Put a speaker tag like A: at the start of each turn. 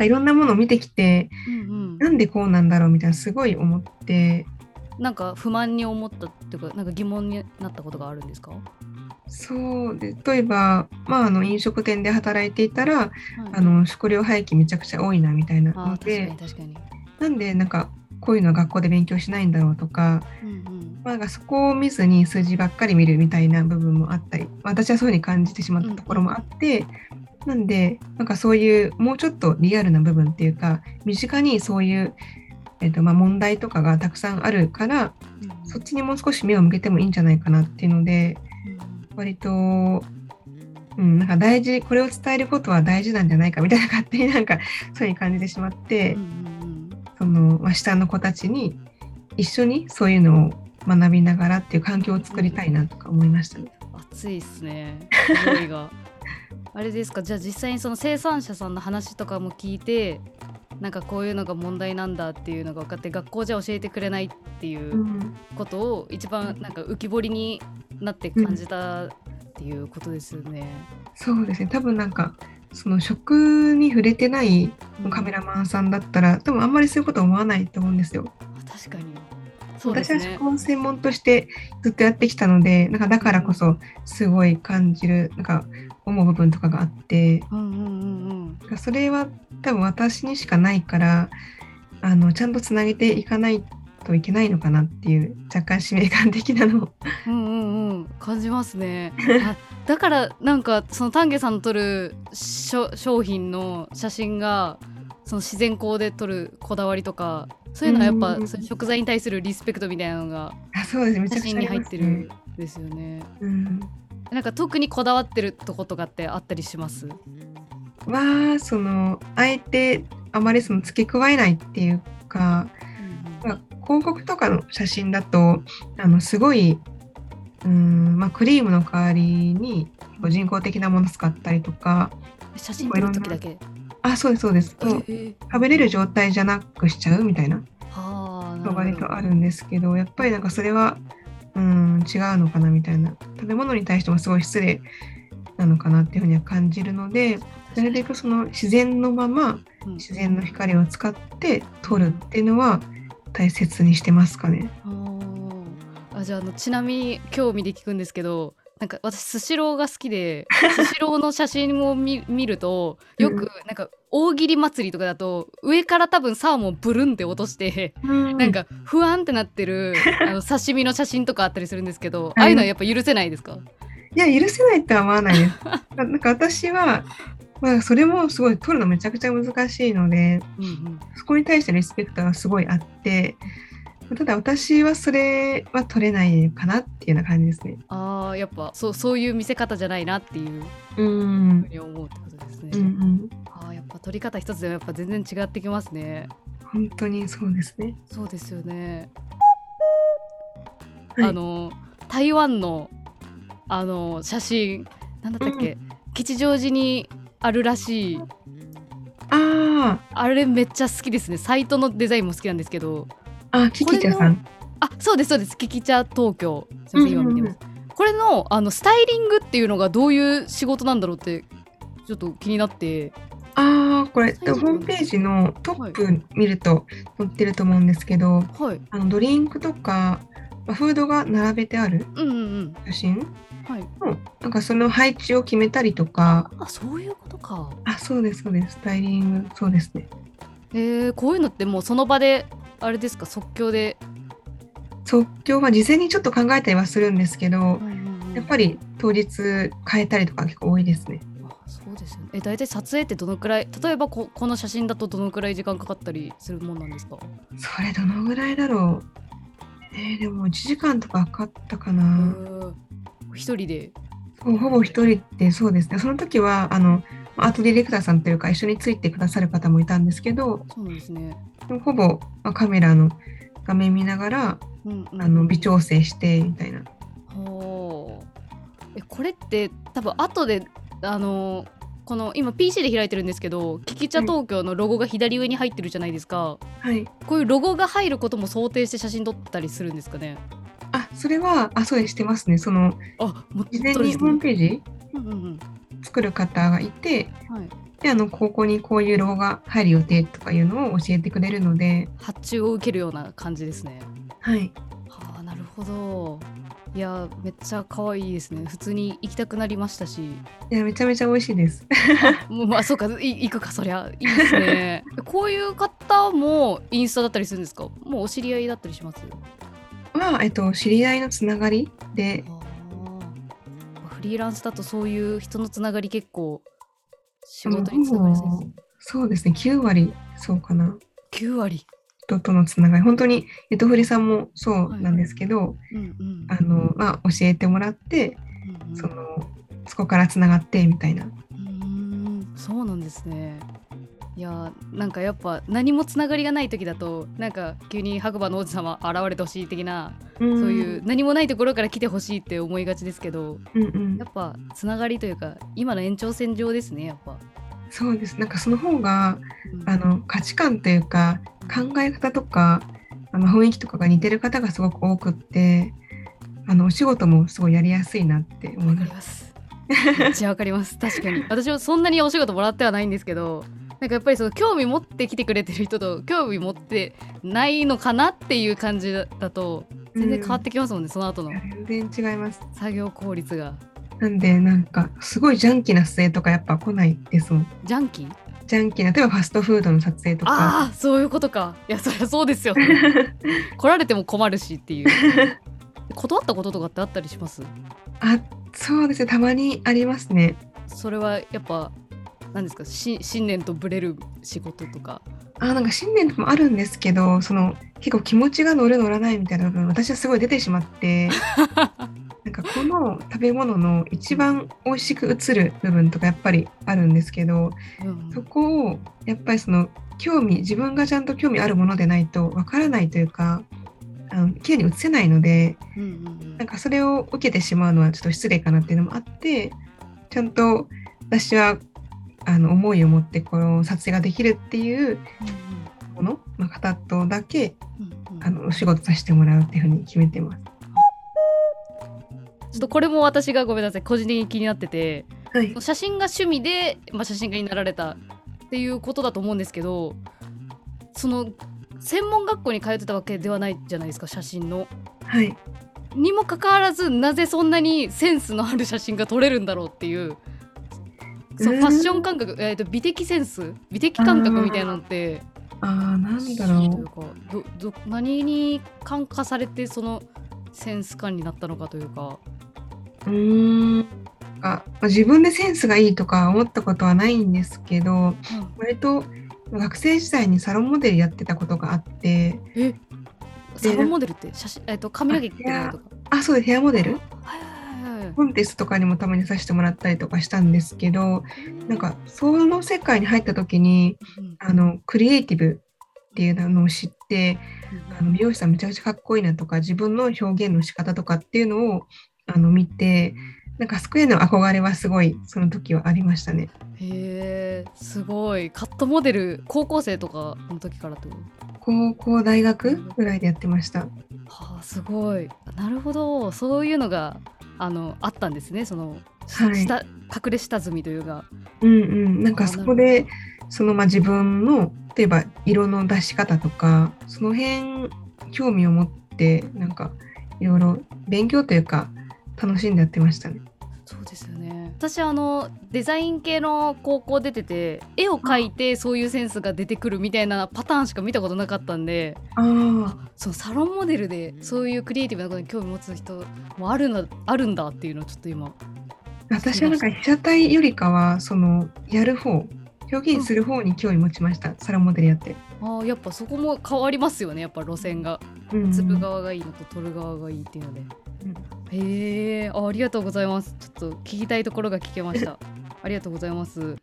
A: いろんなものを見てきて、
B: うん
A: なんでこうなんだろうみたいなすごい思って
B: うん、なんか不満に思ったっていうかなんか疑問になったことがあるんですか、はい、
A: そうで例えば、まあ、あの飲食店で働いていたらあの食料廃棄めちゃくちゃ多いなみたいな
B: あ
A: の
B: ー確か
A: で
B: に確かに、
A: なんでなんかこういうの学校で勉強しないんだろうとか,、
B: うんうん
A: まあ、なんかそこを見ずに数字ばっかり見るみたいな部分もあったり私はそういうふうに感じてしまったところもあって。なんでなんかそういうもうちょっとリアルな部分っていうか身近にそういう、えっとまあ、問題とかがたくさんあるから
B: うんうん
A: そっちにもう少し目を向けてもいいんじゃないかなっていうので割と、うん、なんか大事これを伝えることは大事なんじゃないかみたいな勝手になんか そういうふうに感じてしまって、
B: うんうん
A: そのまあ下の子たちに一緒にそういうのを学びながらっていう環境を作りたいなとか思いましたね。
B: うん暑いっすね匂 いがあれですかじゃあ実際にその生産者さんの話とかも聞いてなんかこういうのが問題なんだっていうのが分かって学校じゃ教えてくれないっていう
A: うん
B: ことを一番なんか浮き彫りになって感じたっていうことですよね。
A: そうですね多分なんかその食に触れてないカメラマンさんだったら多分あんまりそういうこと思わないと思うんですよ。
B: あ確かに。そうです
A: 私は
B: ね
A: 食。を専門としてずっとやってきたのでなんかだからこそすごい感じるなんか思う部分とかがあって
B: うんうんうんうん。
A: なんかそれは多分私にしかないからあのちゃんとつなげていかないといけないのかなっていう若干使命感的なのを
B: うんうんうん感じますね。あだからなんかその丹下さんの撮るしょ商品の写真がその自然光で撮るこだわりとかそういうのがやっ
A: う
B: ぱ
A: んうんうん
B: そういう食材に対するリスペクトみたいなのが
A: あそうですめち
B: 写
A: ゃくち
B: 真
A: ゃあり
B: に
A: ます
B: 入
A: ね
B: ってるんですよね。
A: うん、
B: なんか特にこだわってるとことかってあったりします。
A: はそのあえてあまりその付け加えないっていうかまあ広告とかの写真だとあのすごいうん、まあ、クリームの代わりにこう人工的なもの使ったりとか
B: 写真撮る時だけ。
A: あそうですそうですと
B: えー
A: 食べれる状態じゃなくしちゃうみたいな
B: は
A: の
B: あなる
A: が
B: ほ
A: 割
B: ど
A: とあるんですけどやっぱりなんかそれはうん違うのかなみたいな食べ物に対してもすごい失礼なのかなっていうふうには感じるのでなるべくその自然のまま
B: うん
A: 自然の光を使って撮るっていうのは大切にしてますかね。
B: おーあじゃああのちなみに興味で聞くんですけどなんか私スシローが好き でスシローの写真を見見るとよ
A: うん
B: くなんか大喜利祭りとかだと上から多分サーモンブルンって落として
A: な
B: なんか不安ってなってるあの刺身の写真とかあったりするんですけど
A: い
B: ああいうのはやっぱ許せないですか
A: いや許せないとは思わないです。ななんか私は、まあ、それもすごい撮るのめちゃくちゃ難しいので
B: うんうん
A: そこに対してのリスペクトがすごいあってただ私はそれは撮れないかなっていうような感じですね。
B: あーやっぱそうそういう見せ方じゃないなっていう
A: う
B: ふうんに思うってことですね、
A: うんうん、
B: あーやっぱ撮り方一つでもやっぱ全然違ってきますね
A: 本当にそうですね。
B: そうですよね。
A: はい
B: あの台湾のあの写真なんだったっけ、吉祥寺にあるらしい
A: あ
B: あれめっちゃ好きですねサイトのデザインも好きなんですけど
A: あ、あキキちゃんさん。
B: あそうですそうですキキチャ東京すみません今見てます、これのあのスタイリングっていうのがどういう仕事なんだろうってちょっと気になって
A: ああ、これ、
B: 最後
A: ホームページのトップ見ると載ってると思うんですけど、
B: はい
A: あのドリンクとか、まあフードが並べてある
B: うんうん
A: 写真
B: うんはい
A: の、なんかその配置を決めたりとか、
B: あそういうことか
A: あ、そうです、そうです。スタイリング、そうですね。
B: えー、こういうのってもうその場であれですか即興で、
A: 即興は事前にちょっと考えたりはするんですけど、やっぱ
B: り
A: り当日変えたりとか結構多いですね。
B: そうですよねえ大体撮影ってどのくらい例えばここの写真だとどのくらい時間かかったりするもんなんですか
A: それどのぐらいだろう。えーでも1時間とかかかったかな。
B: うん一人で
A: そうほぼ一人でそうですね。その時はあのアートディレクターさんというか一緒についてくださる方もいたんですけど、
B: そうなんですね、
A: でもほぼ、まあカメラの画面見ながら
B: うんうん
A: あの微調整してみたいな。
B: ほうえこれって多分後であのこの今 PC で開いてるんですけど「キキチャ東京」のロゴが左上に入ってるじゃないですか、
A: はい。
B: こういうロゴが入ることも想定して写真撮ったりするんですかね
A: あそれはあそうですしてますね。その
B: あもう
A: 事前
B: そうで
A: に
B: す
A: ホーム
B: ね
A: ページ
B: うんうんうん
A: 作る方がいて、
B: はい、
A: であのここにこういうロゴが入る予定とかいうのを教えてくれるので、
B: 発注を受けるような感じですね。
A: はい、
B: はあなるほどいやめっちゃ可愛いですね普通に行きたくなりましたし
A: いやめちゃめちゃ美味しいです。
B: もうまあそうかい行くかそりゃいいです ねこういう方もインスタだったりするんですかもうお知り合いだったりします
A: まあえっと、知り合いのつながりで、
B: あーフリーランスだとそういう人のつながり結構仕事につながりそうです
A: もうそうですね9割そうかな
B: 9割、
A: 人とのつながり本当にゆとふりさんもそうなんですけど、
B: うんうん
A: あのまあ、教えてもらって
B: うんうん
A: そのそこからつながってみたいな。
B: うーんそうなんですねいやーなんかやっぱ何もつながりがない時だとなんか急に白馬の王子様現れてほしい的な
A: そう
B: そういう何もないところから来てほしいって思いがちですけど
A: うんうん
B: やっぱつながりというか今の延長線上ですねやっぱ。
A: そうですなんかその方が
B: うん
A: あの価値観というか考え方とかあの雰囲気とかが似てる方がすごく多くってあのお仕事もすごいやりやすいなって思
B: わ
A: いま
B: かり
A: す。
B: ます。めっちゃわかります。確かに。私はそんなにお仕事もらってはないんですけど、なんかやっぱりその興味持ってきてくれてる人と興味持ってないのかなっていう感じだだと全然変わってきますもんね、その後の
A: 全然違います。
B: 作業効率が。
A: なんでなんかすごいジャンキーな撮影とかやっぱ来ないですもん。
B: ジャ ンキー
A: ジャンキーな例えばファストフードの撮影とか。
B: ああそういうことか。いやそりゃそ うですよ、ね。来られても困るしっていう。断ったこととかってあったりします
A: あそうですねたまにありますね。
B: それはやっぱ何ですかし信念とぶれる仕事 とか。
A: あなんか信念もあるんですけどその結構気持ちが乗る乗らないみたいな部分私はすごい出てしまってなんかこの食べ物の一番美味しく映る部分とかやっぱりあるんですけど
B: うん
A: そこをやっぱりその興味自分がちゃんと興味あるものでないとわからないというかあの綺麗に映せないので
B: うんうん
A: なんかそれを受けてしまうのはちょっと失礼かなっていうのもあってちゃんと私はあの思いを持ってこの撮影ができるっていうこの、まあ、方とだけ
B: うんうん
A: あのお仕事させてもらうっていうふうに決めてます。
B: ちょっとこれも私がごめんなさい個人的に気になってて
A: はい、
B: 写真が趣味で、まあ、写真家になられたっていうことだと思うんですけどその専門学校に通ってたわけではないじゃないですか写真の。
A: はい、
B: にもかかわらずなぜそんなにセンスのある写真が撮れるんだろうっていうその
A: えー
B: ファッション感覚、えーと美的センス美的感覚みたいなのって
A: ああなんだろう。
B: というかどど何に感化されてそのセンス感になったのかというか。
A: うーんあまあ自分でセンスがいいとか思ったことはないんですけど割と学生時代にサロンモデルやってたことがあって
B: えサロンモデルって写真、えっと、髪の毛切ってないとか
A: あそうですヘアモデル
B: はいはいはいはい
A: コンテストとかにもたまにさせてもらったりとかしたんですけどなんかその世界に入った時に
B: うん
A: あのクリエイティブっていうのを知ってあの美容師さんめちゃくちゃかっこいいなとか自分の表現の仕方とかっていうのをあの見てなんかスクエアの憧れはすごいその時はありましたね。
B: へえすごいカットモデル高校生とかの時からってこと
A: 高校大学ぐらいでやってました。
B: はあすごいなるほどそういうのがあのあったんですねその、
A: はい
B: 下隠れ下積みというか
A: うんうん、なんかそこでそのまあ自分の例えば色の出し方とかその辺興味を持ってなんかいろいろ勉強というか楽しんでやってましたね。
B: そうですよね私あのデザイン系の高校出てて絵を描いてそういうセンスが出てくるみたいなパターンしか見たことなかったんで
A: あ
B: そのサロンモデルでそういうクリエイティブなことに興味持つ人もあるんだあるんだっていうのをちょっと今
A: 私はなんか被写体よりかはそのやる方表現する方に興味持ちました、サラモデルやって。
B: あーやっぱそこも変わりますよねやっぱ路線が
A: うん
B: 粒側がいいのと取る側がいいっていうので
A: うん
B: へえあありがとうございますちょっと聞きたいところが聞けましたありがとうございます